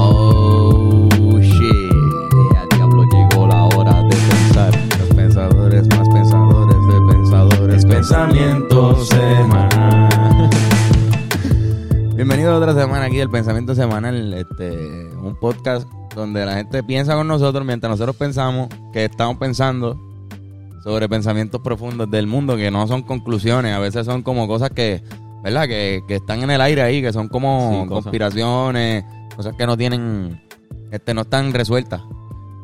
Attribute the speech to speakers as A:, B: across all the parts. A: Oh, Bienvenidos a otra semana aquí del Pensamiento Semanal, este, un podcast donde la gente piensa con nosotros mientras nosotros pensamos que estamos pensando sobre pensamientos profundos del mundo que no son conclusiones, a veces son como cosas que, ¿verdad? Que, que están en el aire ahí, que son como
B: Sí, cosas.
A: conspiraciones, cosas que no tienen, este, no están resueltas.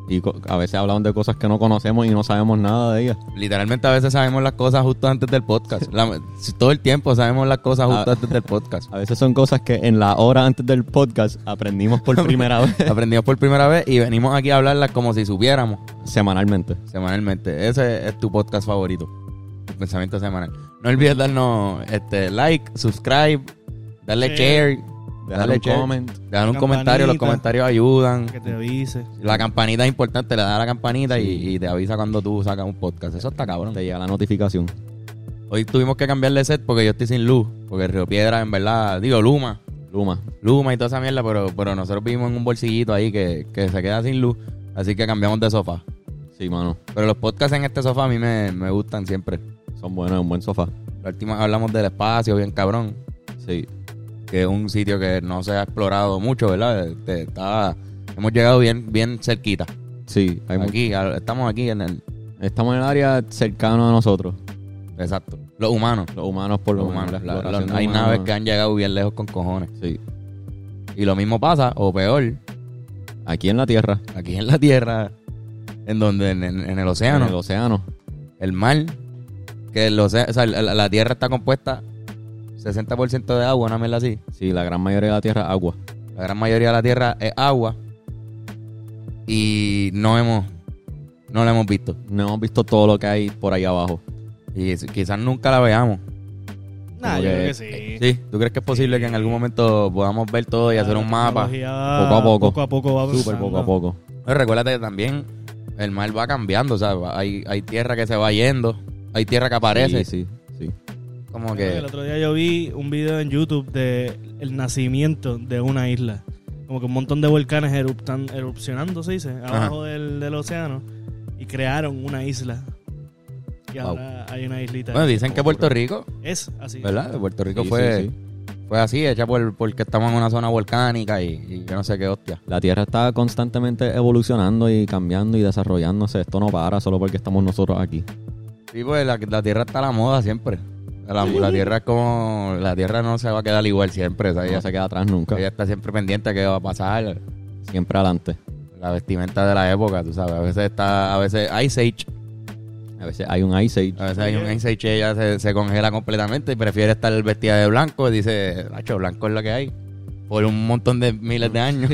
B: Y co- a veces hablamos de cosas que no conocemos y no sabemos nada de ellas.
A: Literalmente a veces sabemos las cosas justo antes del podcast. La- todo el tiempo sabemos las cosas justo
B: Ah.
A: antes del podcast.
B: A veces son cosas que en la hora antes del podcast aprendimos por primera vez
A: Aprendimos por primera vez y venimos aquí a hablarlas como si supiéramos.
B: semanalmente.
A: semanalmente. Ese es tu podcast favorito. El pensamiento semanal. No olvides darnos este like, subscribe, darle share,
B: Dejar un
A: share,
B: comment.
A: dejar un comentario, los
C: Campanita.
A: comentarios ayudan.
C: que te avise.
A: La campanita es importante, le das a la campanita y, y te avisa cuando tú sacas un podcast. Eso está cabrón.
B: Te llega la notificación.
A: Hoy tuvimos que cambiarle set porque yo estoy sin luz. Porque Río Piedra, en verdad, digo, Luma.
B: Luma.
A: Luma y toda esa mierda, pero, pero nosotros vivimos en un bolsillito ahí que, que se queda sin luz. Así que cambiamos de sofá.
B: Sí, mano.
A: Pero los podcasts en este sofá a mí me, me gustan siempre.
B: Son buenos, un buen sofá.
A: La última hablamos del espacio, bien cabrón,
B: Sí.
A: que es un sitio que no se ha explorado mucho, ¿verdad? Este, está- hemos llegado bien, bien cerquita.
B: Sí. Hay mu-
A: Aquí, a- estamos aquí en el.
B: Estamos en el área cercano a nosotros.
A: Exacto. Los humanos.
B: Los humanos, por lo
A: Los
B: menos.
A: humanos.
B: la
A: La- la-
B: exploración de
A: hay
B: humanos.
A: naves que han llegado bien lejos con cojones.
B: Sí.
A: Y lo mismo pasa, o peor,
B: Aquí en la Tierra.
A: aquí en la Tierra, en donde, en, en- en el océano,
B: En el
A: el,
B: océano.
A: mar, que el océano, o sea, la, la Tierra está compuesta 60% de agua, una mierda así.
B: Sí, la gran mayoría de la Tierra agua.
A: La gran mayoría de la Tierra es agua. Y no hemos. No la hemos visto.
B: No hemos visto todo lo que hay por ahí abajo.
A: Y es- quizás nunca la veamos.
C: Nah,
B: Como
C: yo
B: que-
C: creo que sí.
A: Sí. ¿Tú crees que es posible que en algún momento podamos ver todo y hacer un mapa?
C: Poco
B: Poco a poco.
C: Poco a poco va
B: Súper poco a
C: avanzando.
B: poco.
A: Pero recuérdate que también el mar va cambiando. O sea, va- hay, hay tierra que se va yendo. Hay tierra que aparece.
B: Sí, sí, sí.
A: Como
C: Bueno,
A: que.
C: El otro día yo vi un video en YouTube de el nacimiento de una isla. Como que un montón de volcanes eruptan, erupcionando, se dice, abajo del, del océano. Y crearon una isla. Y
A: Wow.
C: ahora hay una islita.
A: Bueno, dicen que Puerto Rico,
C: es así.
A: ¿verdad? Puerto Rico
B: Sí,
A: fue,
B: sí,
A: fue así, hecha por, porque estamos en una zona volcánica y, y yo no sé qué hostia.
B: La Tierra está constantemente evolucionando y cambiando y desarrollándose. Esto no para solo porque estamos nosotros aquí.
A: Sí, pues la, la tierra está a la moda siempre. La, la tierra es como. La tierra no se va a quedar igual siempre. o sea, ella,
B: No se queda atrás nunca.
A: ella está siempre pendiente de qué va a pasar.
B: Siempre adelante.
A: La vestimenta de la época, tú sabes. A veces está. A veces Ice Age.
B: A veces hay un Ice Age.
A: A veces hay un Ice Age ella se, se congela completamente y prefiere estar vestida de blanco. Y dice, Nacho, blanco es lo que hay. Por un montón de miles de años.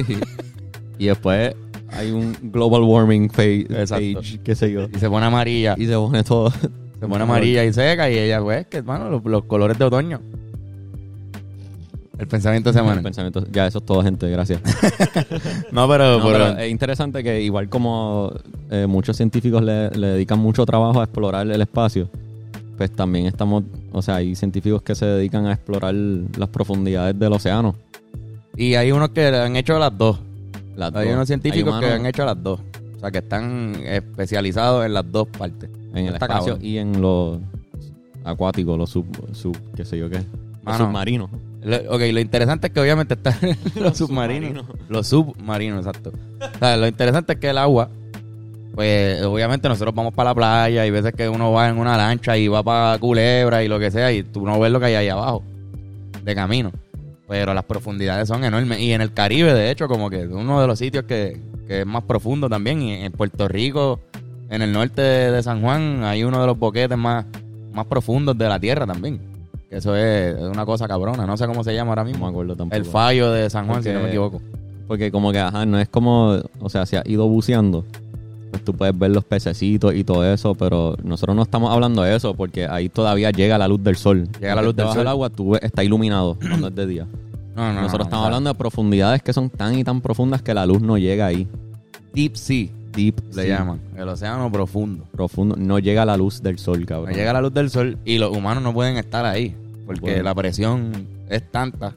B: Y después hay un Global Warming Phase,
A: Exacto.
B: age, qué sé yo.
A: y se pone amarilla.
B: Y se pone todo.
A: Se pone amarilla y seca. Y ella, pues, que hermano, los, los colores de otoño. El pensamiento
B: Bueno,
A: semanal.
B: pensamiento- Ya, eso es todo, gente. Gracias.
A: No, pero,
B: No, pero es interesante que igual como eh, muchos científicos le, le dedican mucho trabajo a explorar el espacio, pues también estamos, o sea, hay científicos que se dedican a explorar las profundidades del océano.
A: Y hay unos que han hecho las dos.
B: Las
A: Hay
B: dos.
A: unos científicos que
B: humanos
A: han hecho las dos. O sea, que están especializados en las dos partes.
B: en el
A: Está
B: espacio
A: cabrón.
B: y en los acuáticos, los sub, sub- qué sé yo qué, los
A: Mano.
B: submarinos.
A: Lo- ok, lo interesante es que obviamente están los submarinos. Los submarinos, exacto. O sea, lo interesante es que el agua, pues obviamente nosotros vamos para la playa y veces que uno va en una lancha y va para Culebra y lo que sea y tú no ves lo que hay ahí abajo de camino. Pero las profundidades son enormes. Y en el Caribe, de hecho, como que es uno de los sitios que, que es más profundo también. Y en Puerto Rico, en el norte de, de San Juan, hay uno de los boquetes más, más profundos de la tierra también. Que Eso es, es una cosa cabrona. No sé cómo se llama ahora
B: No me
A: mismo.
B: acuerdo tampoco.
A: El fallo de San Juan, si no me
B: Porque-
A: equivoco.
B: Porque como que, ajá, no es como, o sea, si has ido buceando, pues tú puedes ver los pececitos y todo eso, pero nosotros no estamos hablando de eso porque ahí todavía llega la luz del sol.
A: Llega la luz del
B: Debajo
A: sol.
B: agua tú ves- está iluminado cuando es de día.
A: No, no,
B: nosotros
A: no,
B: estamos
A: o sea,
B: hablando de profundidades que son tan y tan profundas que la luz no llega ahí.
A: Deep Sea,
B: Deep
A: le
B: sea,
A: llaman. El océano profundo.
B: Profundo, no llega la luz del sol,
A: Pues No
B: cabrón.
A: llega la luz del sol y los humanos no pueden estar ahí. Porque
B: Bueno.
A: la presión es tanta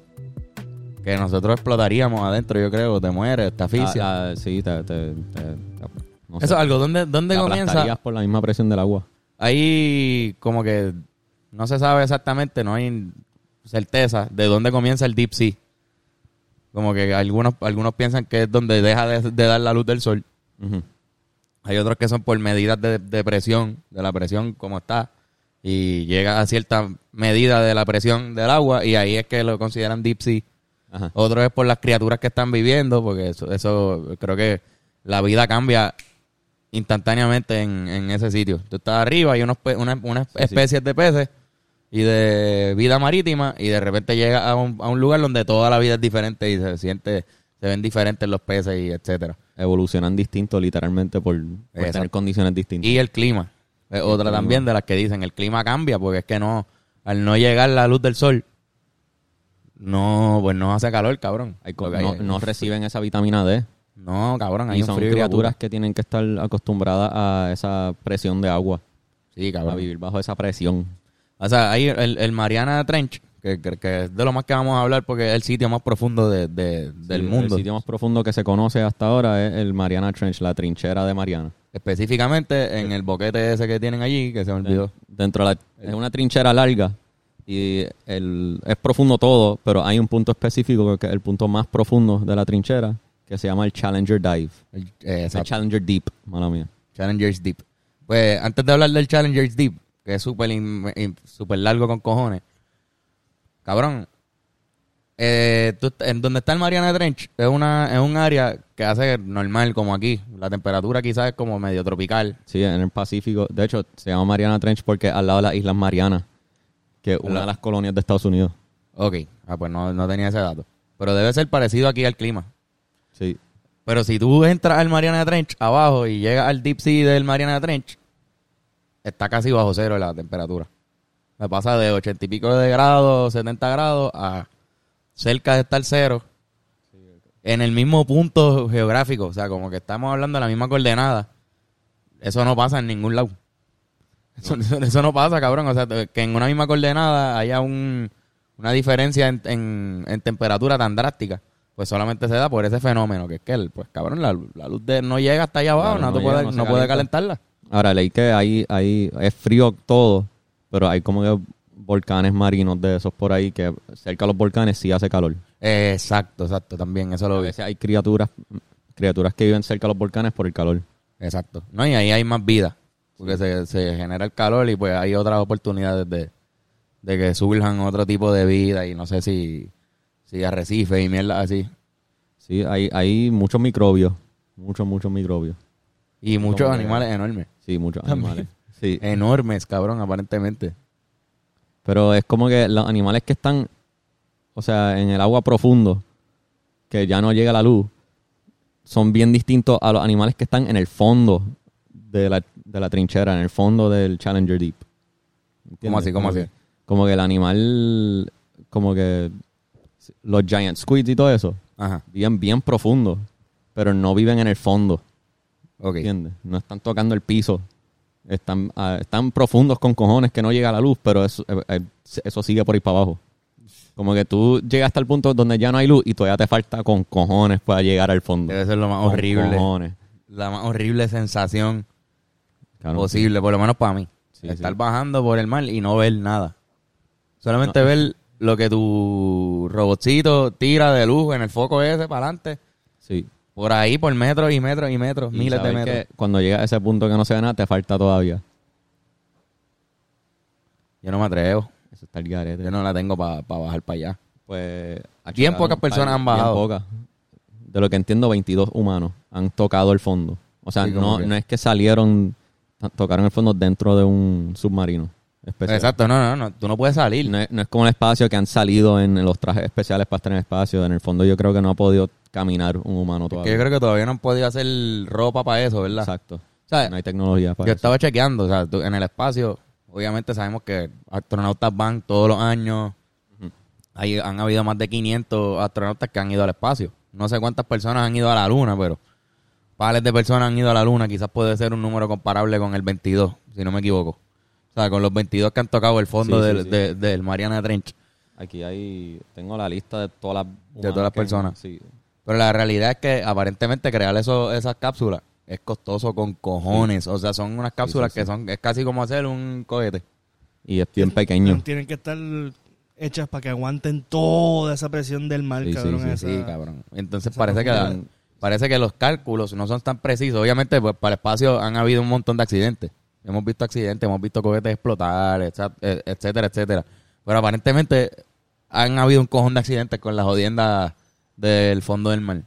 A: que nosotros explotaríamos adentro, yo creo. Te mueres, te asfixias.
B: Ah, ah, sí, te, te- te- no sé,
A: Eso es algo. ¿Dónde, dónde
B: te
A: comienza?
B: aplastarías por la misma presión del agua.
A: Ahí como que no se sabe exactamente, no hay certeza de dónde comienza el deep sea. Como que algunos, algunos piensan que es donde deja de, de dar la luz del sol.
B: Ujú.
A: Hay otros que son por medidas de, de presión, de la presión como está, y llega a cierta medida de la presión del agua y ahí es que lo consideran deep sea.
B: Ajá.
A: Otro es por las criaturas que están viviendo, porque eso, eso creo que la vida cambia instantáneamente en, en ese sitio. Tú estás arriba y unos pe- una- unas especies de peces y de vida marítima y de repente llegas a un, a un lugar donde toda la vida es diferente y se siente, se ven diferentes los peces y etcétera.
B: Evolucionan distinto literalmente por, por
A: Exacto.
B: tener condiciones distintas.
A: Y el clima. Es otra
B: clima.
A: también de las que dicen, el clima cambia porque es que no, al no llegar la luz del sol, no, pues no hace calor, cabrón.
B: Hay co-
A: Porque
B: no,
A: hay-
B: no reciben esa vitamina D.
A: no, cabrón, hay
B: Y
A: un
B: son
A: frío hijo de
B: criaturas
A: puta.
B: que tienen que estar acostumbradas a esa presión de agua,
A: Sí,
B: a
A: cabrón.
B: vivir bajo esa presión.
A: O sea, ahí el, el Mariana Trench, que, que- que es de lo más que vamos a hablar porque es el sitio más profundo de- de- del
B: Sí,
A: mundo.
B: El sitio más profundo que se conoce hasta ahora es el Mariana Trench, la trinchera de Mariana.
A: Específicamente en el boquete ese que tienen allí, que se me olvidó.
B: Dentro de la- es una trinchera larga y el, es profundo todo, pero hay un punto específico que es el punto más profundo de la trinchera que se llama el Challenger Dive.
A: El- eh,
B: El
A: exacto.
B: Challenger Deep, mala mía.
A: Challengers Deep. Pues antes de hablar del Challengers Deep, que es súper in- in- súper largo con cojones. Cabrón, eh, tú est- en donde está el Mariana Trench es, una, es un área que hace normal como aquí. La temperatura quizás es como medio tropical.
B: Sí, en el Pacífico. De hecho, se llama Mariana Trench porque es al lado de las Islas Marianas, que es una de las colonias de Estados Unidos.
A: Ok, ah, pues no, no tenía ese dato. Pero debe ser parecido aquí al clima.
B: Sí.
A: Pero si tú entras al Mariana Trench abajo y llegas al deep sea del Mariana Trench, está casi bajo cero la temperatura. Me pasa de ochenta y pico de grados, 70 grados, a cerca de estar cero. En el mismo punto geográfico, o sea, como que estamos hablando de la misma coordenada. Eso no pasa en ningún lado. Eso, eso- eso no pasa, cabrón. O sea, te- que en una misma coordenada haya un- una diferencia en, en- en temperatura tan drástica. Pues solamente se da por ese fenómeno que es que, el, pues cabrón, la, la luz de, no llega hasta allá abajo,
B: Claro,
A: no,
B: no
A: te
B: llega,
A: puede-
B: no se
A: no puede
B: calienta.
A: calentarla.
B: Ahora, leí que ahí, ahí es frío todo, pero hay como que volcanes marinos de esos por ahí que cerca de los volcanes sí hace calor.
A: Exacto, exacto, también, eso
B: A
A: lo vi.
B: veces hay criaturas, criaturas que viven cerca de los volcanes por el calor.
A: Exacto. No, y ahí hay más vida, porque se, se genera el calor y pues hay otras oportunidades de, de que surjan otro tipo de vida y no sé si, si arrecife y mierda así.
B: Sí, hay, hay muchos microbios, muchos, muchos microbios.
A: Y muchos
B: Como que-
A: animales enormes.
B: Sí, muchos
A: También.
B: animales. Sí,
A: Enormes, cabrón, aparentemente.
B: pero es como que los animales que están, o sea, en el agua profundo, que ya no llega la luz, son bien distintos a los animales que están en el fondo de la, de la trinchera, en el fondo del Challenger Deep.
A: ¿Cómo así, cómo
B: Como
A: así?
B: que- como que el animal, como que los giant squids y todo eso,
A: Ajá,
B: viven bien profundo, pero no viven en el fondo,
A: ok.
B: ¿entiendes? No están tocando el piso. Están, ah, están profundos con cojones que no llega la luz, pero eso, eh, eh, eso sigue por ahí para abajo. Como que tú llegas hasta el punto donde ya no hay luz y todavía te falta con cojones para llegar al fondo.
A: Debe ser lo más
B: Con
A: horrible.
B: cojones.
A: La más horrible sensación
B: Claro,
A: posible, por lo menos para mí.
B: Sí,
A: Estar
B: sí.
A: bajando por el mar y no ver nada. Solamente
B: No.
A: ver lo que tu robotcito tira de luz en el foco ese para adelante.
B: Sí.
A: Por ahí, por metros y metros y metros,
B: Y
A: miles de
B: saber
A: metros.
B: que cuando llegas a ese punto que no se ve nada, te falta todavía.
A: Yo no me atrevo.
B: Eso está el garete.
A: Yo no la tengo para bajar para allá.
B: Pues, acho,
A: Bien
B: cabrón,
A: pocas personas
B: par-
A: han bajado.
B: bien pocas. De lo que entiendo, 22 humanos han tocado el fondo. O sea,
A: Sí, como
B: no,
A: que-
B: no es que salieron, to- tocaron el fondo dentro de un submarino. especial.
A: Exacto, no, no, no. Tú no puedes salir.
B: Pues No es, no es como el espacio que han salido en los trajes especiales para estar en el espacio. En el fondo, yo creo que no ha podido caminar un humano
A: Es
B: todavía.
A: que yo creo que todavía no han podido hacer ropa para eso, ¿verdad?
B: Exacto.
A: O sea,
B: No hay tecnología para
A: yo
B: eso.
A: estaba chequeando, o sea, tú- en el espacio, obviamente sabemos que astronautas van todos los años. Hay, han habido más de 500 astronautas que han ido al espacio. No sé cuántas personas han ido a la luna, pero pares de personas han ido a la luna. Quizás puede ser un número comparable con el 22, si no me equivoco. O sea, con los 22 que han tocado el fondo
B: Sí, sí,
A: del,
B: sí.
A: de- del Mariana Trench.
B: Aquí hay... Tengo la lista de todas las...
A: todas
B: humanos
A: las
B: que-
A: personas.
B: Sí.
A: Pero la realidad es que aparentemente crear eso, esas cápsulas es costoso con cojones. O sea, son unas cápsulas que son es casi como hacer un cohete.
B: Y es bien
C: Tienen-
B: pequeño.
C: Tienen que estar hechas para que aguanten toda esa presión del mar,
B: Sí, sí,
C: cabrón.
B: sí,
C: esa-
A: Sí, cabrón. Entonces
C: esa
A: parece que,
C: locura.
A: la- parece que los cálculos no son tan precisos. Obviamente, pues para el espacio han habido un montón de accidentes. Hemos visto accidentes, hemos visto cohetes explotar, etsa- eh, etcétera, etcétera. Pero aparentemente han habido un cojón de accidentes con las jodiendas del fondo del mar.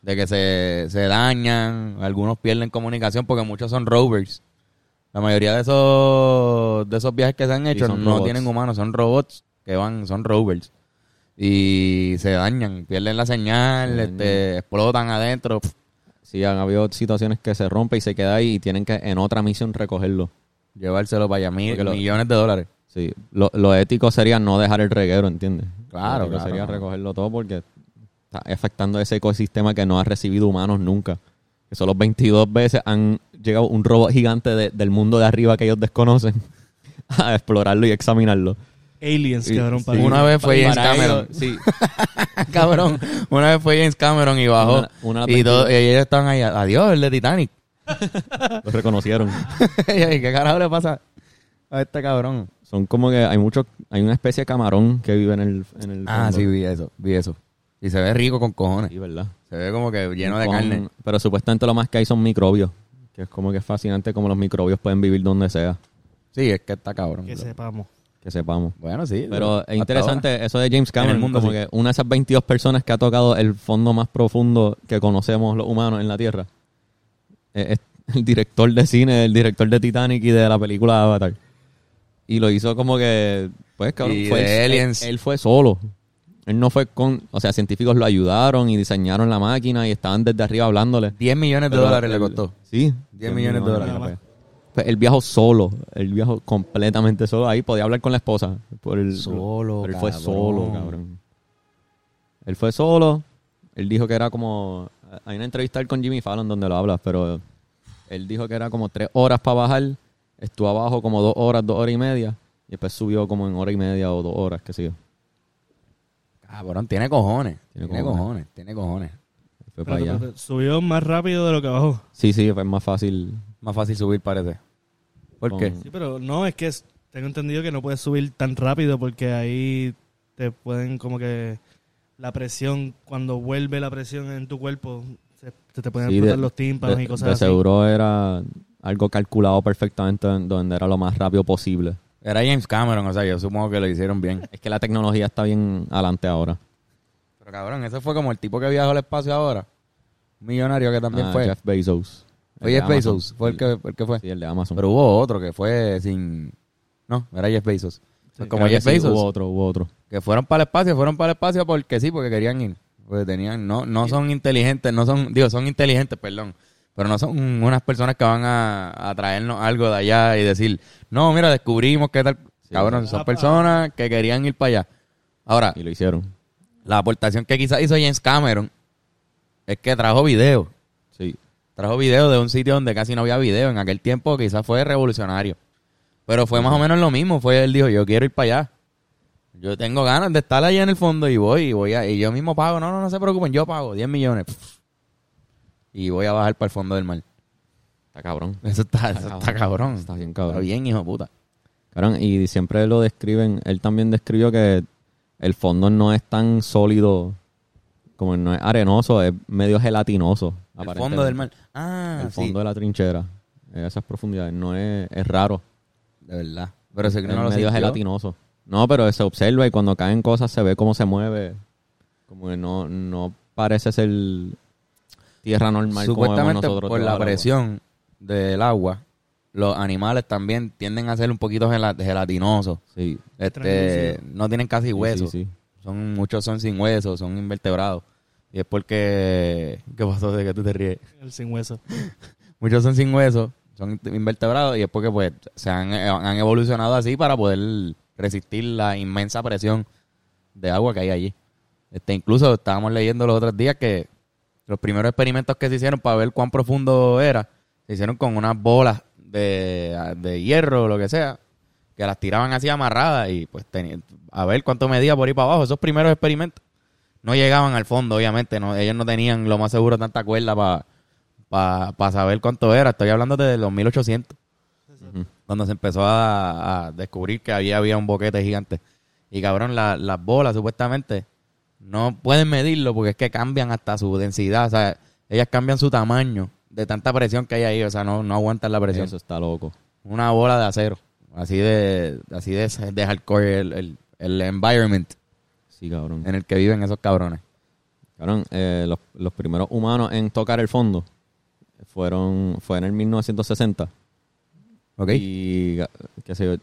A: De que se, se dañan, algunos pierden comunicación porque muchos son rovers. La mayoría de esos, de esos viajes que se han hecho no
B: son robots.
A: tienen humanos, son robots que van, son rovers y se dañan, pierden la señal,
B: Se
A: este, explotan adentro. Pff,
B: Sí, han habido situaciones que se rompe y se queda ahí y tienen que en otra misión recogerlo.
A: llevárselo para allá, mil-
B: Porque lo-
A: millones de dólares.
B: Sí, lo, lo ético sería no dejar el reguero, ¿entiendes?
A: Claro,
B: Lo ético
A: claro,
B: sería
A: no.
B: recogerlo todo porque está afectando ese ecosistema que no ha recibido humanos nunca. Que solo 22 veces han llegado un robot gigante de- del mundo de arriba que ellos desconocen a explorarlo y examinarlo.
C: Aliens,
B: Y-
C: cabrón. para
B: sí.
A: Una vez fue
B: Y
A: James
B: para
A: Cameron.
B: ellos- sí,
A: Cabrón, una vez fue James Cameron y bajó.
B: Una- una
A: y,
B: película.
A: todo- y ellos estaban ahí, adiós, el de Titanic.
B: lo reconocieron.
A: Y ahí, ¿Qué carajo le pasa a este cabrón?
B: Son como que hay mucho, hay una especie de camarón que vive en el, en el
A: Ah,
B: fondo.
A: sí, vi eso, vi eso. Y se ve rico con cojones.
B: Sí, ¿verdad?
A: Se ve como que lleno de
B: Con-
A: carne.
B: Pero supuestamente lo más que hay son microbios. Que es como que es fascinante como los microbios pueden vivir donde sea,
A: Sí, es que está cabrón.
C: Que
A: bro.
C: sepamos.
B: que sepamos.
A: Bueno, sí.
B: Pero
A: hasta
B: es interesante eso de James
A: En
B: Cameron,
A: el mundo,
B: como
A: sí.
B: que una de esas 22 personas que ha tocado el fondo más profundo que conocemos los humanos en la Tierra. Es, es el director de cine, el director de Titanic y de la película Avatar. Y lo hizo como que, pues, cabrón,
A: Y
B: fue
A: de
B: él,
A: Aliens.
B: él fue solo. Él no fue con, o sea, científicos lo ayudaron y diseñaron la máquina y estaban desde arriba hablándole.
A: 10 millones de
B: Pero
A: dólares le
B: el-
A: costó.
B: Sí.
A: 10 millones de dólares.
B: mira, pues. Pues el viajo solo, el viajo completamente solo. Ahí podía hablar con la esposa. Por el,
A: Solo,
B: pero él fue
A: cabrón.
B: solo, cabrón. Él fue solo. Él dijo que era como. Hay una entrevista de él con Jimmy Fallon donde lo hablas, pero él dijo que era como tres horas para bajar. Estuvo abajo como dos horas, dos horas y media. Y después subió como en hora y media o dos horas, qué sé yo.
A: Cabrón, tiene cojones.
B: Tiene
A: Tiene,
B: cojones.
A: cojones. tiene cojones.
B: Fue para
C: Espérate,
B: allá.
C: espérate. Subió más rápido de lo que bajó.
B: Sí, sí, fue más fácil.
A: Más fácil subir, parece. ¿Por
B: Con-
A: qué?
C: Sí, pero no, es que es- tengo entendido que no puedes subir tan rápido porque ahí te pueden como que la presión, cuando vuelve la presión en tu cuerpo, se, se te pueden
B: Sí,
C: explotar
B: de-
C: los tímpanos
B: de,
C: y
B: de
C: cosas así.
B: seguro era algo calculado perfectamente en- donde era lo más rápido posible.
A: Era James Cameron, o sea, yo supongo que lo hicieron bien.
B: Es que la tecnología está bien adelante ahora.
A: Pero cabrón, ese fue como el tipo que viajó al espacio ahora. Un millonario que también
B: Ah,
A: fue.
B: Jeff Bezos.
A: Fue
B: El de
A: Jeff
B: Amazon.
A: Bezos, fue el
B: Sí,
A: que, el que fue.
B: Sí, el de Amazon.
A: Pero hubo otro que fue sin... No, era Jeff Bezos. Pues como
B: Creo que
A: Jeff
B: sí,
A: Bezos,
B: Hubo otro, hubo otro.
A: que fueron para el espacio, fueron para el espacio porque sí, porque querían ir. Porque tenían, no, no son inteligentes, no son, digo, son inteligentes, perdón. Pero no son unas personas que van a, a traernos algo de allá y decir, no, mira, descubrimos qué tal. Cabrón,
C: sí.
A: son personas que querían ir para allá. Ahora,
B: Y lo hicieron.
A: la aportación que quizás hizo James Cameron es que trajo video.
B: Sí.
A: Trajo video de un sitio donde casi no había video. En aquel tiempo quizás fue revolucionario. Pero fue más o menos lo mismo. Fue él dijo, yo quiero ir para allá. Yo tengo ganas de estar allá en el fondo y voy, y voy a, y yo mismo pago. No, no, no se preocupen, yo pago 10 millones. Pff. Y voy a bajar para el fondo del mar.
B: Está cabrón.
A: Eso está, eso está cabrón.
B: Está bien cabrón.
A: Hmm, Está bien, hijo de puta.
B: Cabrón, y siempre lo describen. Él también describió que el fondo no es tan sólido como no es arenoso, es medio gelatinoso.
A: El
B: aparentemente.
A: fondo del mar. Ah,
B: El
A: sí,
B: fondo de la trinchera. Eh, Esas profundidades. No es, es raro.
A: de verdad. Pero sé que
B: Es
A: no lo
B: medio
A: sintió.
B: gelatinoso. No, pero se observa y cuando caen cosas se ve cómo se mueve. Como que no, no parece ser tierra normal como vemos
A: Supuestamente
B: nosotros
A: por
B: debajo
A: la
B: del agua.
A: presión del agua, los animales también tienden a ser un poquito gela- gelatinosos.
B: Sí.
A: Este,
C: Translúcido.
A: no tienen casi huesos.
B: Sí, sí, sí.
A: Son, muchos son sin huesos, son invertebrados. Y es porque... ¿Qué pasó de que tú te ríes?
C: El sin hueso.
A: Muchos son sin huesos, son invertebrados y es porque pues se han, han evolucionado así para poder resistir la inmensa presión de agua que hay allí. Este, incluso estábamos leyendo los otros días que los primeros experimentos que se hicieron para ver cuán profundo era, se hicieron con unas bolas de, de hierro o lo que sea, que las tiraban así amarradas y pues teni- a ver cuánto medía por ahí para abajo. Esos primeros experimentos no llegaban al fondo, obviamente, no, ellos no tenían lo más seguro tanta cuerda para para saber cuánto era. Estoy hablando de los 1800,
B: Ujú.
A: cuando se empezó a, a descubrir que había, había un boquete gigante. Y cabrón, la- las bolas supuestamente no pueden medirlo porque es que cambian hasta su densidad. O sea, ellas cambian su tamaño de tanta presión que hay ahí. O sea, no, no aguantan la presión.
B: Eso está loco.
A: Una bola de acero. Así de, así de, de hardcore el, el- el environment
B: Sí, cabrón.
A: en el que viven esos cabrones.
B: Cabrón, eh, los, los primeros humanos en tocar el fondo fueron fue en el 1960.
A: ¿Ok?
B: Y, qué sé yo,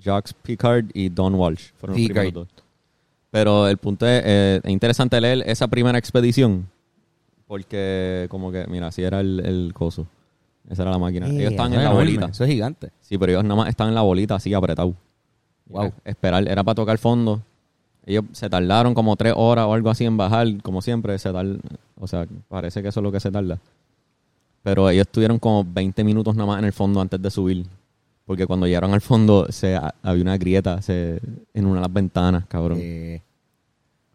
B: Jacques Picard y Don Walsh fueron los
A: Picard.
B: primeros dos. Pero el punto es, eh, es interesante leer esa primera expedición. Porque, como que, mira, así era el, el coso. Esa era la máquina.
A: Eh,
B: ellos estaban
A: eso
B: en
A: es
B: la
A: enorme,
B: bolita.
A: Eso es gigante.
B: Sí, pero ellos nada más estaban en la bolita así apretado.
A: Wow.
B: Esperar, era para tocar fondo. Ellos se tardaron como tres horas o algo así en bajar, como siempre. Se tar- O sea, parece que eso es lo que se tarda. Pero ellos estuvieron como 20 minutos nada más en el fondo antes de subir. Porque cuando llegaron al fondo se, ha- había una grieta se, en una de las ventanas, cabrón.
A: Eh,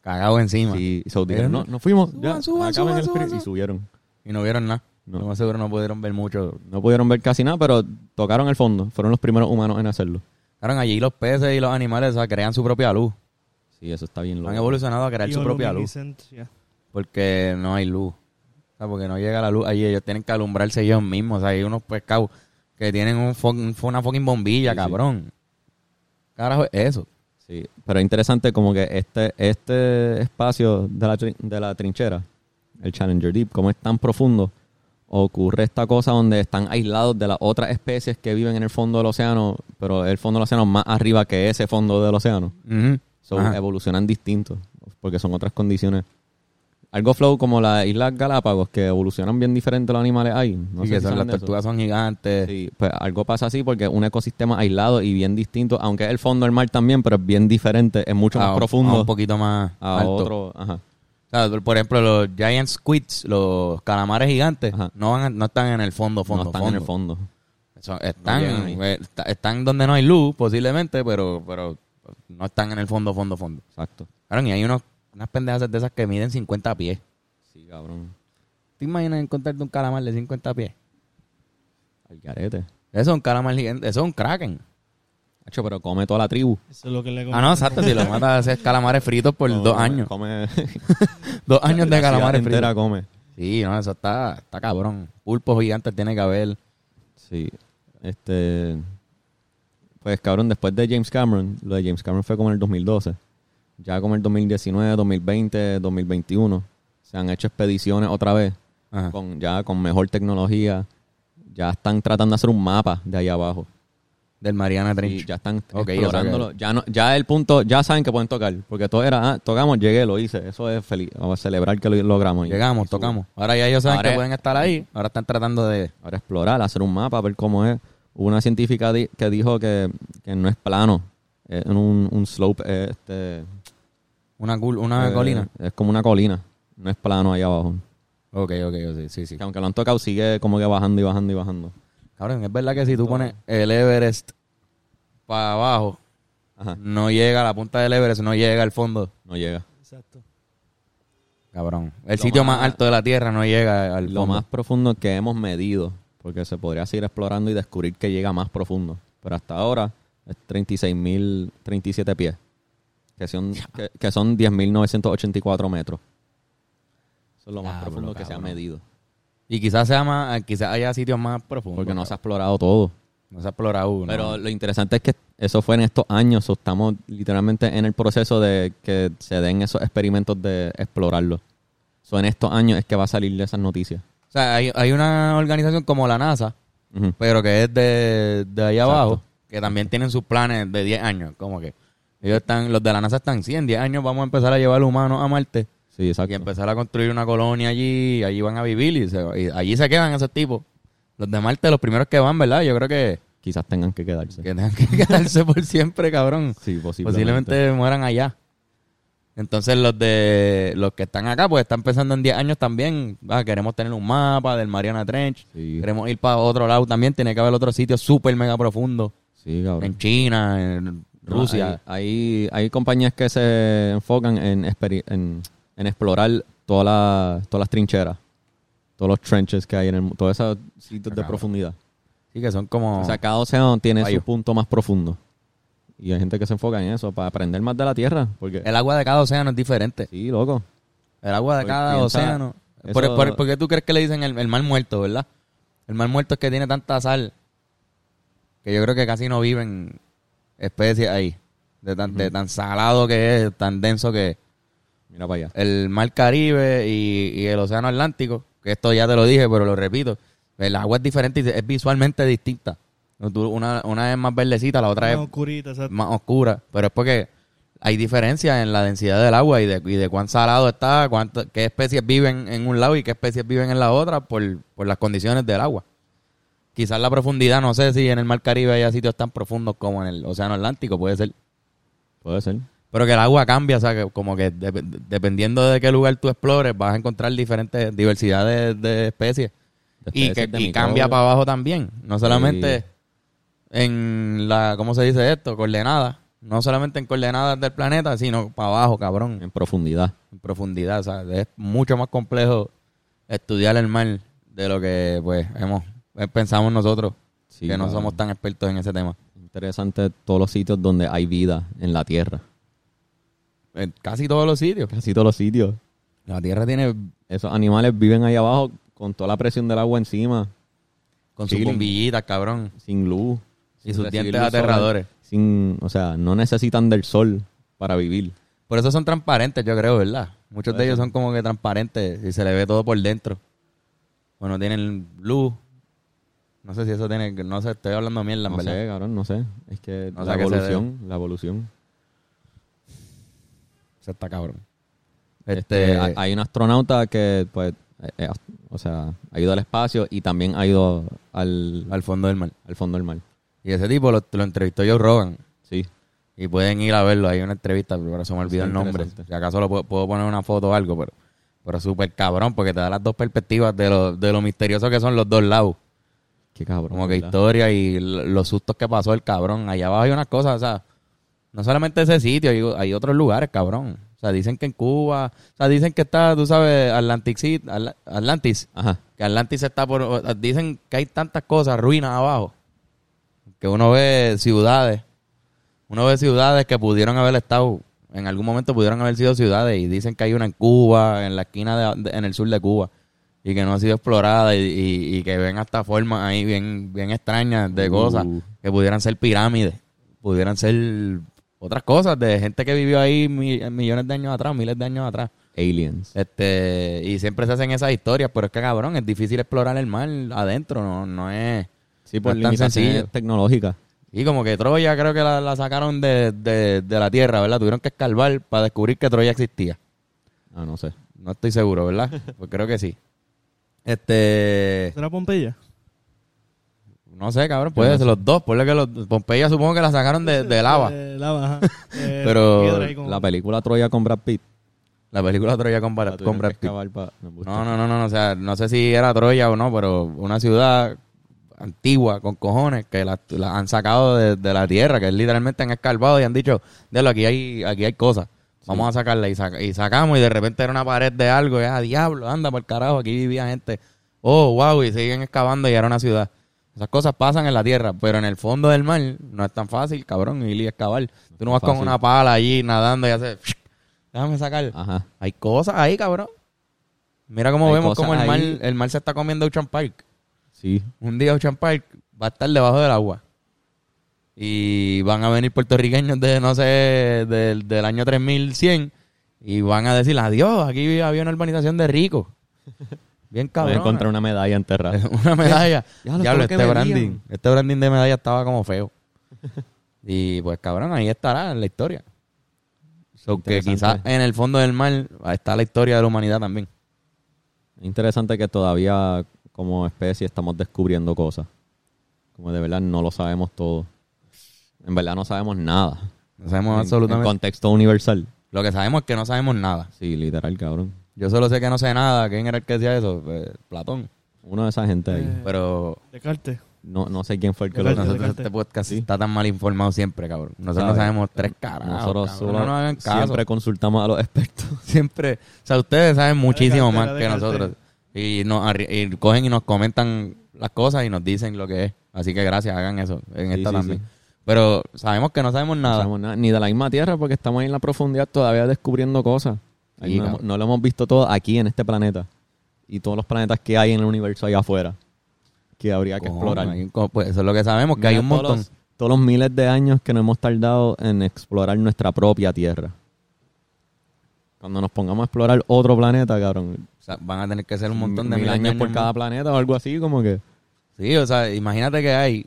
A: cagado encima.
B: Sí, y se dijeron, no,
A: Ellos-
B: nos fuimos.
A: Suban,
B: ya,
A: suban,
B: acaben
A: suban,
B: el
A: suban,
B: pri-".
A: suban.
B: Y subieron.
A: Y no vieron nada.
B: No.
A: Lo más seguro no pudieron ver mucho.
B: No pudieron ver casi nada, pero tocaron el fondo. Fueron los primeros humanos en hacerlo.
A: Claro, allí los peces y los animales o sea, crean su propia luz.
B: Sí, eso está bien
A: Han
B: loco.
A: evolucionado a crear su propia luz.
C: Bioluminiscencia.
A: Porque no hay luz. O sea, porque no llega la luz. Allí ellos tienen que alumbrarse ellos mismos. O sea, hay unos pescados que tienen un fo- un fo- una fucking bombilla,
B: Sí, sí.
A: cabrón. Carajo, es eso.
B: Sí, pero es interesante como que este, este espacio de la, tri- de la trinchera, el Challenger Deep, como es tan profundo, ocurre esta cosa donde están aislados de las otras especies que viven en el fondo del océano, pero el fondo del océano es más arriba que ese fondo del océano.
A: Ujú.
B: So, eh,
A: Ajá.
B: evolucionan distintos, porque son otras condiciones. Algo flow como las Islas Galápagos, que evolucionan bien diferentes los animales ahí. No
A: Sí,
B: sé
A: que son-
B: si saben
A: las
B: de eso.
A: tortugas son gigantes.
B: Sí, pues algo pasa así porque un ecosistema aislado y bien distinto, aunque es el fondo del mar también, pero es bien diferente, es mucho
A: A-
B: más
A: a
B: profundo
A: Ah, un poquito más
B: a
A: alto.
B: otro. Ajá.
A: O sea, por- por ejemplo, los giant squids, los calamares gigantes,
B: Ajá.
A: no van a- no están en el fondo, fondo,
B: no están
A: fondo.
B: en el fondo.
A: Son- están,
B: No llegan
A: eh, está- están donde no hay luz, posiblemente, pero, pero no están en el fondo, fondo, fondo.
B: Exacto.
A: Claro, y hay unos, unas pendejas de esas que miden 50 pies.
B: Sí, cabrón.
A: ¿Te imaginas encontrarte un calamar de 50 pies?
B: Al garete.
A: Eso es un calamar gigante, eso es un kraken.
B: Hacho, pero come toda la tribu.
C: Eso es lo que le
A: Ah, no, exacto, si lo matas a hacer calamares fritos por
B: Come-
A: dos años.
B: Come.
A: Dos años de
B: la ciudad
A: calamares
B: entera
A: fritos.
B: come.
A: Sí, no, eso está, está cabrón. Pulpos gigantes tiene que haber.
B: Sí. Este. Pues cabrón, después de James Cameron, lo de James Cameron fue como en el 2012. Ya como en el 2019, 2020, 2021, se han hecho expediciones otra vez.
A: Ajá.
B: con, ya con mejor tecnología, ya están tratando de hacer un mapa de ahí abajo.
A: Del Mariana Trench.
B: Y ya están
A: Ok,
B: explorándolo.
A: o
B: ya, no, ya el punto, ya saben que pueden tocar. Porque todo era, ah, tocamos, llegué, lo hice. Eso es feliz. Vamos a celebrar que lo logramos. Y-
A: Llegamos,
B: y sube.
A: tocamos. Ahora ya ellos saben
B: Ahora
A: que
B: es-
A: pueden estar ahí. Ahora están tratando de...
B: Ahora explorar, hacer un mapa, ver cómo es. Hubo Una científica di- que dijo que, que no es plano. Es un, un slope, eh, este,
A: Una, cul- una
B: eh,
A: Ah, colina.
B: Es como una colina. No es plano ahí abajo.
A: Ok, ok, sí, sí, sí.
B: Que aunque lo han tocado, sigue como que bajando y bajando y bajando.
A: Cabrón, es verdad que si tú pones el Everest para abajo,
B: Ajá.
A: no llega a la punta del Everest, no llega al fondo.
B: No llega.
C: Exacto.
A: Cabrón. El
B: Lo
A: sitio más,
B: más-
A: alto de la Tierra no llega al
B: lo
A: fondo.
B: más profundo que hemos medido, porque se podría seguir explorando y descubrir que llega más profundo. Pero hasta ahora es 36.037 pies, que son, que, que son 10.984 metros. Eso es lo más
A: Diablo,
B: profundo que se ha
A: cabrón.
B: medido.
A: Y quizás sea más, quizás haya sitios más profundos.
B: Porque no se ha
A: cabrón.
B: explorado todo.
A: No se ha explorado uno.
B: Pero lo interesante es que eso fue en estos años. o estamos literalmente en el proceso de que se den esos experimentos de explorarlo. So, en estos años es que va a salir de esas noticias.
A: O sea, hay, hay una organización como la NASA,
B: Ujú.
A: pero que es de, de ahí
B: Exacto.
A: abajo, que también tienen sus planes de 10 años. Como que ellos están, los de la NASA están, sí, en 10 años vamos a empezar a llevar humanos a Marte.
B: Sí, exacto.
A: Y empezar a construir una colonia allí, y allí van a vivir y, se- y allí se quedan esos tipos. Los de Marte, los primeros que van, ¿verdad? Yo creo que,
B: Quizás tengan que quedarse.
A: que tengan que quedarse por siempre, cabrón.
B: Sí, posiblemente.
A: Posiblemente mueran allá. Entonces los de los que están acá, pues están pensando en 10 años también. Ah, queremos tener un mapa del Mariana Trench.
B: Sí,
A: Queremos ir para otro lado también. Tiene que haber otro sitio súper mega profundo.
B: sí, cabrón.
A: En China, en
B: No,
A: Rusia.
B: hay, hay, hay compañías que se enfocan en, experi- en, en explorar todas las, todas las trincheras, todos los trenches que hay en el mu- todos esos sitios de
A: Ah, Cabrón.
B: profundidad.
A: Sí, que son como...
B: O sea, cada océano tiene
A: Fallo.
B: su punto más profundo. Y hay gente que se enfoca en eso, para aprender más de la Tierra. Porque,
A: El agua de cada océano es diferente.
B: sí, loco.
A: El agua de
B: Pues
A: cada
B: piensa-
A: océano.
B: eso-
A: ¿Por, por, por qué tú crees que le dicen el, el mar muerto, verdad? El mar muerto es que tiene tanta sal que yo creo que casi no viven especies ahí. De tan, de tan salado que es, tan denso que es.
B: Mira para allá.
A: El mar Caribe y, y el océano Atlántico, que esto ya te lo dije, pero lo repito. El agua es diferente y es visualmente distinta. Tú- Una, una es más verdecita, la otra
C: Más
A: es
C: oscurita, exacto.
A: más oscura, pero es porque hay diferencias en la densidad del agua y de, y de cuán salado está, cuánto, qué especies viven en un lado y qué especies viven en la otra por, por las condiciones del agua. Quizás la profundidad, no sé si en el Mar Caribe haya sitios tan profundos como en el Océano Atlántico, puede ser.
B: Puede ser.
A: Pero que el agua cambia, o sea, que como que dep- dependiendo de qué lugar tú explores, vas a encontrar diferentes diversidades de, de especies.
B: De
A: Y, que,
B: especies, Este de
A: y cambia
B: microbios.
A: para abajo también. No solamente
B: Sí.
A: en la, ¿cómo se dice esto? Coordenadas. No solamente en coordenadas del planeta, sino para abajo, cabrón.
B: En profundidad.
A: En profundidad. O sea, es mucho más complejo estudiar el mar de lo que, pues, hemos eh, pensamos nosotros,
B: Sí,
A: que no
B: claro.
A: somos tan expertos en ese tema.
B: Interesante todos los sitios donde hay vida en la Tierra.
A: En casi todos los sitios.
B: Casi todos los sitios.
A: La Tierra tiene
B: Esos animales viven ahí abajo con toda la presión del agua encima,
A: con sus
B: Chilling.
A: bombillitas, cabrón.
B: sin luz.
A: Y
B: sin
A: sus
B: recibir
A: dientes
B: luz solar,
A: aterradores.
B: Sin, o sea, no necesitan del sol para vivir.
A: Por eso son transparentes, yo creo, ¿verdad? Muchos de ellos son como que transparentes y se le ve todo por dentro. O no tienen luz. No sé si eso tiene... No sé, estoy hablando mierda, en
B: No
A: ¿verdad?
B: sé, cabrón, no sé. Es que
A: No sé
B: la
A: a qué se debe.
B: evolución, la evolución.
A: Se está cabrón.
B: Este,
A: Este,
B: ha- hay un astronauta que, pues, eh, eh, o sea, ha ido al espacio y también ha ido al,
A: al fondo del mar.
B: al fondo del mar.
A: Y ese tipo lo, lo entrevistó Joe Rogan.
B: Sí.
A: Y pueden ir a verlo. Hay una entrevista, pero se me olvidó
B: Está
A: el nombre.
B: interesante.
A: Si acaso lo puedo, puedo poner una foto o algo, pero... Pero súper cabrón, porque te da las dos perspectivas de lo, de lo misterioso que son los dos lados.
B: Qué cabrón.
A: Como que
B: ¿verdad?
A: historia y l- los sustos que pasó el cabrón. Allá abajo hay unas cosas, o sea, no solamente ese sitio, hay, hay otros lugares, cabrón. O sea, dicen que en Cuba, o sea, dicen que está, tú sabes, Atlantic City, Atla- Atlantis,
B: Ajá.
A: que Atlantis está por, o- dicen que hay tantas cosas, ruinas abajo, que uno ve ciudades, uno ve ciudades que pudieron haber estado, en algún momento pudieron haber sido ciudades, y dicen que hay una en Cuba, en la esquina, de, de- en el sur de Cuba, y que no ha sido explorada, y, y- y que ven hasta formas ahí bien, bien extrañas de
B: Uh.
A: cosas, que pudieran ser pirámides, pudieran ser otras cosas de gente que vivió ahí mi- millones de años atrás, miles de años atrás.
B: Aliens.
A: Este, y siempre se hacen esas historias, pero es que cabrón, es difícil explorar el mar adentro, no, no es.
B: Sí, por
A: no es tan
B: limitaciones
A: sencillo.
B: tecnológicas.
A: Y como que Troya creo que la, la sacaron de, de- de la tierra, ¿verdad? Tuvieron que escarbar para descubrir que Troya existía.
B: Ah, no sé.
A: No estoy seguro, ¿verdad? Pues creo que sí. Este,
C: ¿Será Pompeya?
A: no sé, cabrón, puede ser los dos, por que los Pompeya supongo que la sacaron de, de lava.
C: Eh, lava, ajá. Eh,
A: Pero
C: piedra ahí con-
B: La película Troya con Brad Pitt.
A: La película Troya con,
B: La
A: Brad-
B: tuvieron
A: con Brad
B: que
A: Pitt.
B: excavar pa- me gusta.
A: No, no, no, no, no, o sea, no sé si era Troya o no, pero una ciudad antigua con cojones que la, la han sacado de, de la tierra, que literalmente han escarbado y han dicho, de aquí hay, aquí hay cosas, vamos a sacarla y, saca- y sacamos y de repente era una pared de algo, y ah, diablo, anda por carajo, aquí vivía gente, oh, wow, y siguen excavando y era una ciudad. Esas cosas pasan en la tierra, pero en el fondo del mar no es tan fácil, cabrón, ir y excavar. Tú no vas con
B: fácil.
A: una pala allí nadando y haces, déjame sacar.
B: Ajá.
A: Hay cosas ahí, cabrón. Mira cómo
B: Hay
A: vemos
B: cosas
A: cómo el mar,
B: ahí.
A: el mar se está comiendo Ocean Park.
B: Sí.
A: Un día Ocean Park va a estar debajo del agua. Y van a venir puertorriqueños de, no sé, del, del año 3100 y van a decir, adiós, aquí había una urbanización de ricos. Bien
B: Voy a
A: cabrón.
B: encontrar una medalla enterrada.
A: una medalla.
B: Ya lo
A: Diablo,
B: creo que
A: este
B: bebían.
A: branding, este branding de medalla estaba como feo. Y pues cabrón, ahí estará en la historia. So que quizás
B: Interesante.
A: en el fondo del mar está la historia de la humanidad también.
B: Interesante que todavía como especie estamos descubriendo cosas. Como de verdad no lo sabemos todo. En verdad no sabemos nada.
A: No sabemos
B: En-
A: absolutamente.
B: En contexto universal.
A: Lo que sabemos es que no sabemos nada.
B: Sí, literal, cabrón.
A: Yo solo sé que no sé nada. ¿Quién era el que decía eso? Pues, Platón.
B: Uno de esa gente ahí.
C: Eh.
A: Pero
C: Descartes.
B: No, no sé quién fue el que
C: Pero
B: lo...
C: Descartes,
A: nosotros
C: Descartes.
A: este podcast está tan mal informado siempre, cabrón. Nosotros no
B: Sabe.
A: sabemos tres caras.
B: Nosotros solo
A: no nos hagan caso.
B: siempre consultamos a los expertos.
A: siempre, o sea, ustedes saben muchísimo
C: cartera,
A: más
C: de
A: que
C: cartera.
A: nosotros. Y, nos, arri- y cogen y nos comentan las cosas y nos dicen lo que es. Así que gracias, hagan eso en
B: Sí,
A: esta
B: sí,
A: también.
B: sí.
A: Pero sabemos que no sabemos
B: No
A: nada.
B: sabemos nada, Ni de la misma Tierra, porque estamos ahí en la profundidad todavía descubriendo cosas.
A: Sí,
B: no,
A: cabrón.
B: no lo hemos visto todo aquí en este planeta. Y todos los planetas que hay en el universo allá afuera. Que habría que
A: Cojones,
B: explorar.
A: hay un co- pues eso es lo que sabemos, que
B: Mira
A: hay un
B: todos
A: montón.
B: los- todos los miles de años que nos hemos tardado en explorar nuestra propia Tierra. Cuando nos pongamos a explorar otro planeta, cabrón.
A: O sea, van a tener que ser un montón de
B: mil años por cada
A: más.
B: planeta o algo así, como que.
A: Sí, o sea, imagínate que hay.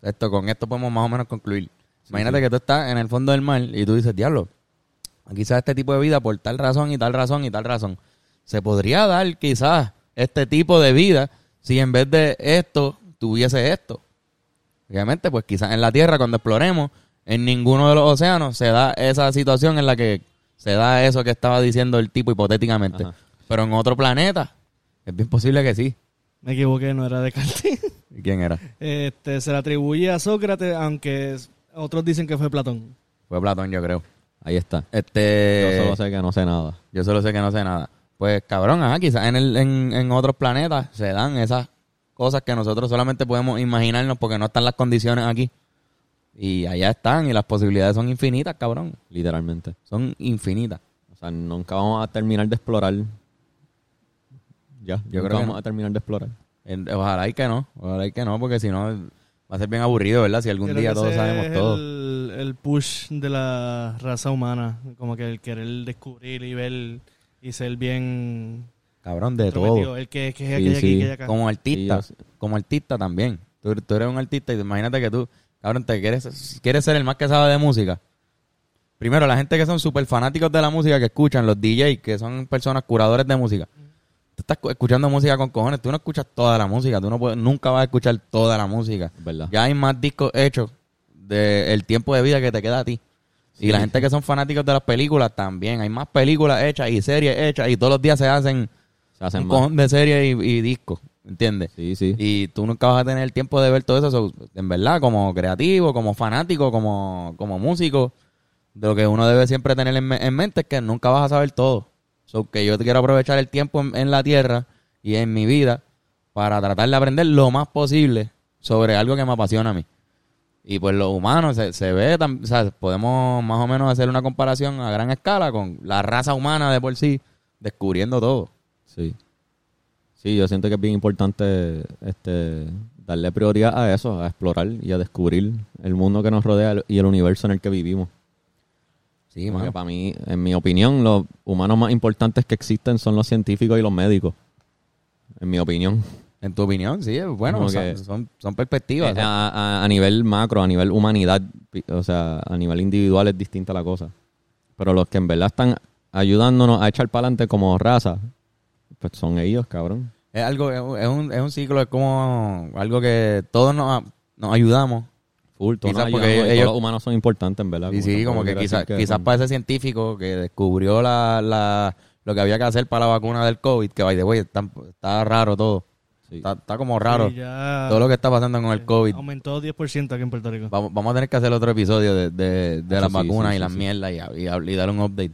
A: Esto, con esto podemos más o menos concluir. imagínate que tú estás en el fondo del mar y tú dices, diablo, quizás este tipo de vida por tal razón y tal razón y tal razón. Se podría dar quizás este tipo de vida si en vez de esto tuviese esto. Obviamente, pues quizás en la Tierra cuando exploremos, en ninguno de los océanos se da esa situación en la que se da eso que estaba diciendo el tipo hipotéticamente.
B: Ajá.
A: Pero en otro planeta, es bien posible que sí.
C: Me equivoqué, no era Descartes.
A: ¿Y ¿Quién era?
C: Este, se le atribuye a Sócrates, aunque es- otros dicen que fue Platón.
A: Fue Platón, yo creo.
B: Ahí está.
A: Este,
B: Yo solo sé que no sé nada.
A: yo solo sé que no sé nada. Pues cabrón, ajá, quizás en, el- en, en otros planetas se dan esas cosas que nosotros solamente podemos imaginarnos porque no están las condiciones aquí. Y allá están y las posibilidades son infinitas, cabrón.
B: Literalmente.
A: Son infinitas.
B: O sea, nunca vamos a terminar de explorar. Ya, yo
A: creo
B: creo
A: que
B: vamos
A: no.
B: a terminar de explorar.
A: En- Ojalá y que no, ojalá y que no, porque si no va a ser bien aburrido, ¿verdad? Si algún
C: Creo
A: día
C: que
A: todos
C: ese
A: sabemos
C: es
A: todo.
C: El, el push de la raza humana, como que el querer descubrir y ver y ser bien
A: Cabrón, de
C: entrometido,
A: todo.
C: el que, que,
B: Sí,
C: aquella aquí,
B: sí.
C: aquella acá.
A: Como artista,
B: Sí, yo
A: como artista también. Tú, tú eres un artista y imagínate que tú, cabrón, te quieres, quieres ser el más que sabe de música. Primero, la gente que son súper fanáticos de la música, que escuchan, los DJs, que son personas curadores de música. Tú estás cu- escuchando música con cojones, tú no escuchas toda la música, tú no puedes, nunca vas a escuchar toda la música.
B: Es verdad.
A: Ya hay más discos hechos del tiempo de vida que te queda a ti. Y la gente que son fanáticos de las películas también. Hay más películas hechas y series hechas y todos los días se hacen
B: Se hacen
A: un
B: más.
A: cojón de series y, y discos, ¿entiendes?
B: Sí, sí.
A: Y tú nunca vas a tener el tiempo de ver todo eso, so, en verdad, como creativo, como fanático, como, como músico. Lo que uno debe siempre tener en, me- en mente es que nunca vas a saber todo. So, que yo quiero aprovechar el tiempo en, en la tierra y en mi vida para tratar de aprender lo más posible sobre algo que me apasiona a mí. Y pues los humanos se, se ve, tam- o sea, podemos más o menos hacer una comparación a gran escala con la raza humana de por sí, descubriendo todo.
B: Sí. Sí, yo siento que es bien importante este, darle prioridad a eso, a explorar y a descubrir el mundo que nos rodea y el universo en el que vivimos.
A: Sí,
B: Porque
A: mano.
B: para mí, en mi opinión, los humanos más importantes que existen son los científicos y los médicos. En mi opinión.
A: En tu opinión, sí, es bueno,
B: Como
A: o sea,
B: que-
A: son, son
B: Eh,
A: perspectivas. o sea,
B: a, a- a nivel macro, a nivel humanidad, pi- o sea, a nivel individual es distinta la cosa. Pero los que en verdad están ayudándonos a echar para adelante como raza, pues son ellos, cabrón.
A: es algo, es un- es un, es un ciclo, es como algo que todos nos, nos ayudamos.
B: Full, todos
A: Quizás
B: nos
A: porque
B: ayudamos y todos
A: ellos-
B: los humanos son importantes, en verdad.
A: Y sí,
B: tampoco
A: como que
B: quiere
A: quizás
B: decir que
A: quizás
B: son-
A: para ese científico que descubrió la, la, lo que había que hacer para la vacuna del COVID, que by the way, está, está raro todo.
B: sí.
A: Está, está como raro
C: Y ya
A: todo lo que está pasando con el COVID.
C: Aumentó 10% aquí en Puerto Rico.
A: Vamos, vamos a tener que hacer otro episodio de, de, de
B: Ah,
A: las
B: sí,
A: vacunas
B: sí,
A: y
B: sí,
A: las
B: sí.
A: mierdas y, y, y dar un update.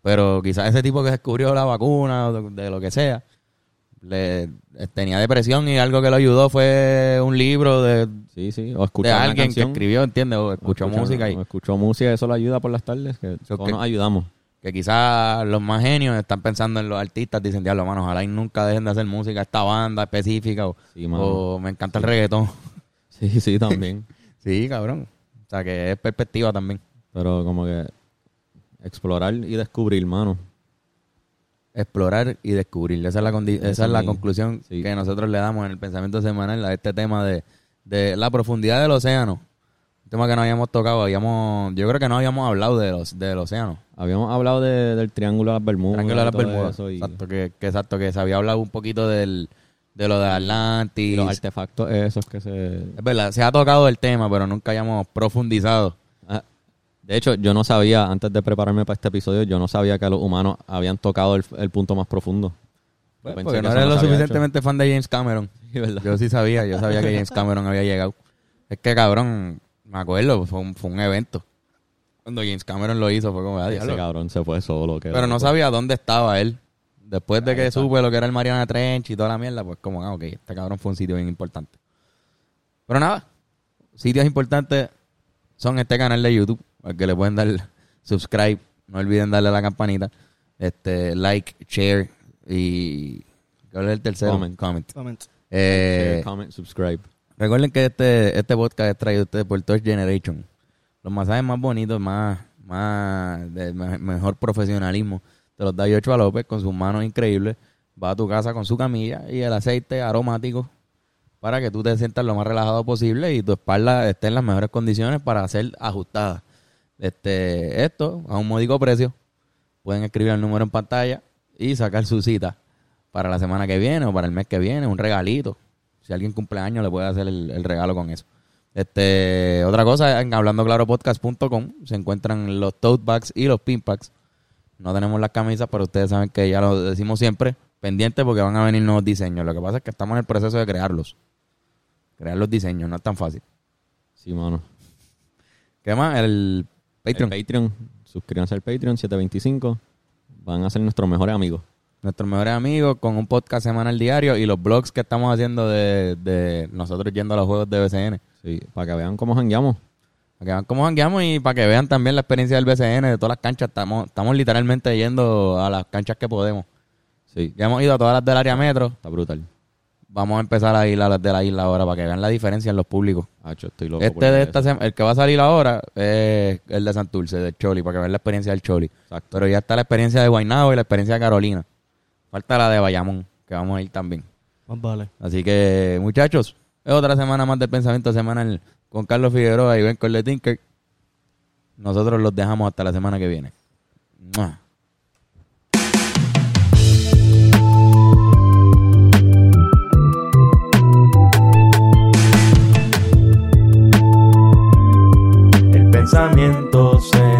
A: Pero quizás ese tipo que descubrió la vacuna, o de, de lo que sea, le, eh, tenía depresión y algo que lo ayudó fue un libro de,
B: sí, sí. O
A: de
B: escuchar una
A: alguien que
B: canción,
A: escribió, ¿entiendes? O
B: o
A: escuchó
B: escuchar-
A: música y
B: o escuchó música, eso le ayuda por las tardes. Que todos
A: que-
B: nos ayudamos.
A: que quizás los más genios están pensando en los artistas, dicen, diablo, mano, ojalá y nunca dejen de hacer música a esta banda específica o,
B: Sí, mano.
A: o me encanta el reggaetón.
B: Sí, sí, también.
A: Sí, cabrón. O sea, que es perspectiva también.
B: Pero como que explorar y descubrir, mano.
A: explorar y descubrir. Esa es la, condi- esa
B: Eso
A: es la
B: mismo.
A: conclusión
B: Sí.
A: que nosotros le damos en el pensamiento semanal a este tema de, de la profundidad del océano. Un tema que no habíamos tocado, habíamos, yo creo que no habíamos hablado de los, del océano.
B: Habíamos hablado de- del Triángulo de las Bermudas.
A: Triángulo de las
B: todo
A: Bermudas.
B: eso y-
A: Exacto, que, que exacto, que se había hablado un poquito del, de lo de
B: y
A: Atlantis.
B: los artefactos esos que se...
A: es verdad, se ha tocado el tema, pero nunca habíamos profundizado.
B: Ah, De hecho, yo no sabía, antes de prepararme para este episodio, yo no sabía que los humanos habían tocado el, el punto más profundo. Yo pensé
A: Pues, porque
B: que
A: no
B: eso
A: eres lo
B: se había
A: suficientemente fan de James Cameron.
B: hecho. Sí, ¿verdad?
A: Yo sí sabía, yo sabía que James Cameron había llegado. Es que cabrón, me acuerdo, fue un, fue un evento. Cuando James Cameron lo hizo, fue como, ah,
B: Ese
A: diablo.
B: cabrón se fue solo. quedó
A: Pero no
B: loco.
A: sabía dónde estaba él. Después de
B: pues, Ahí
A: que
B: está.
A: supe lo que era el Mariana Trench y toda la mierda, pues como, ah, ok, este cabrón fue un sitio bien importante. Pero nada, sitios importantes son este canal de YouTube, al que le pueden dar subscribe. No olviden darle a la campanita. Este, like, share y. ¿Cuál es el tercero?
B: Comment.
C: Exactamente.
A: Eh,
B: Share, comment, subscribe.
A: Recuerden que este, este podcast es traído a ustedes por Touch Generation. Los masajes más bonitos, más, más de me- mejor profesionalismo. Te los da Yochoa López con sus manos increíbles. Va a tu casa con su camilla y el aceite aromático para que tú te sientas lo más relajado posible y tu espalda esté en las mejores condiciones para ser ajustada. Este, esto a un módico precio. Pueden escribir el número en pantalla y sacar su cita para la semana que viene o para el mes que viene, un regalito. Si alguien cumple años, le puede hacer el, el regalo con eso. Este, otra cosa, en hablandoclaropodcast.com se encuentran los tote bags y los pin packs. No tenemos las camisas, pero ustedes saben que ya lo decimos siempre, pendiente porque van a venir nuevos diseños. Lo que pasa es que estamos en el proceso de crearlos. Crear los diseños, no es tan fácil.
B: Sí, mano.
A: ¿Qué más? El Patreon.
B: El Patreon. Suscríbanse al Patreon 725. Van a ser nuestros mejores amigos.
A: Nuestros mejores amigos con un podcast semanal diario y los blogs que estamos haciendo de, de nosotros yendo a los juegos de BCN.
B: Sí, para que vean cómo jangueamos.
A: Para que vean cómo jangueamos y para que vean también la experiencia del BCN, de todas las canchas. Estamos, estamos literalmente yendo a las canchas que podemos.
B: Sí,
A: Ya hemos ido a todas las del área metro.
B: está brutal.
A: Vamos a empezar a ir a las de la isla ahora para que vean la diferencia en los públicos.
B: Hacho, estoy loco. pues, por
A: Este
B: ir a
A: de
B: eso.
A: esta sema- el que va a salir ahora es el de Santurce, del Choli, para que vean la experiencia del Choli.
B: Exacto.
A: Pero ya está la experiencia de Guaynabo y la experiencia de Carolina. Falta la de Bayamón, que vamos a ir también.
C: Más vale.
A: Así que, muchachos, es otra semana más de pensamiento semanal con Carlos Figueroa y Ben Corle Tinker. Nosotros los dejamos hasta la semana que viene. ¡Mua!
D: El pensamiento se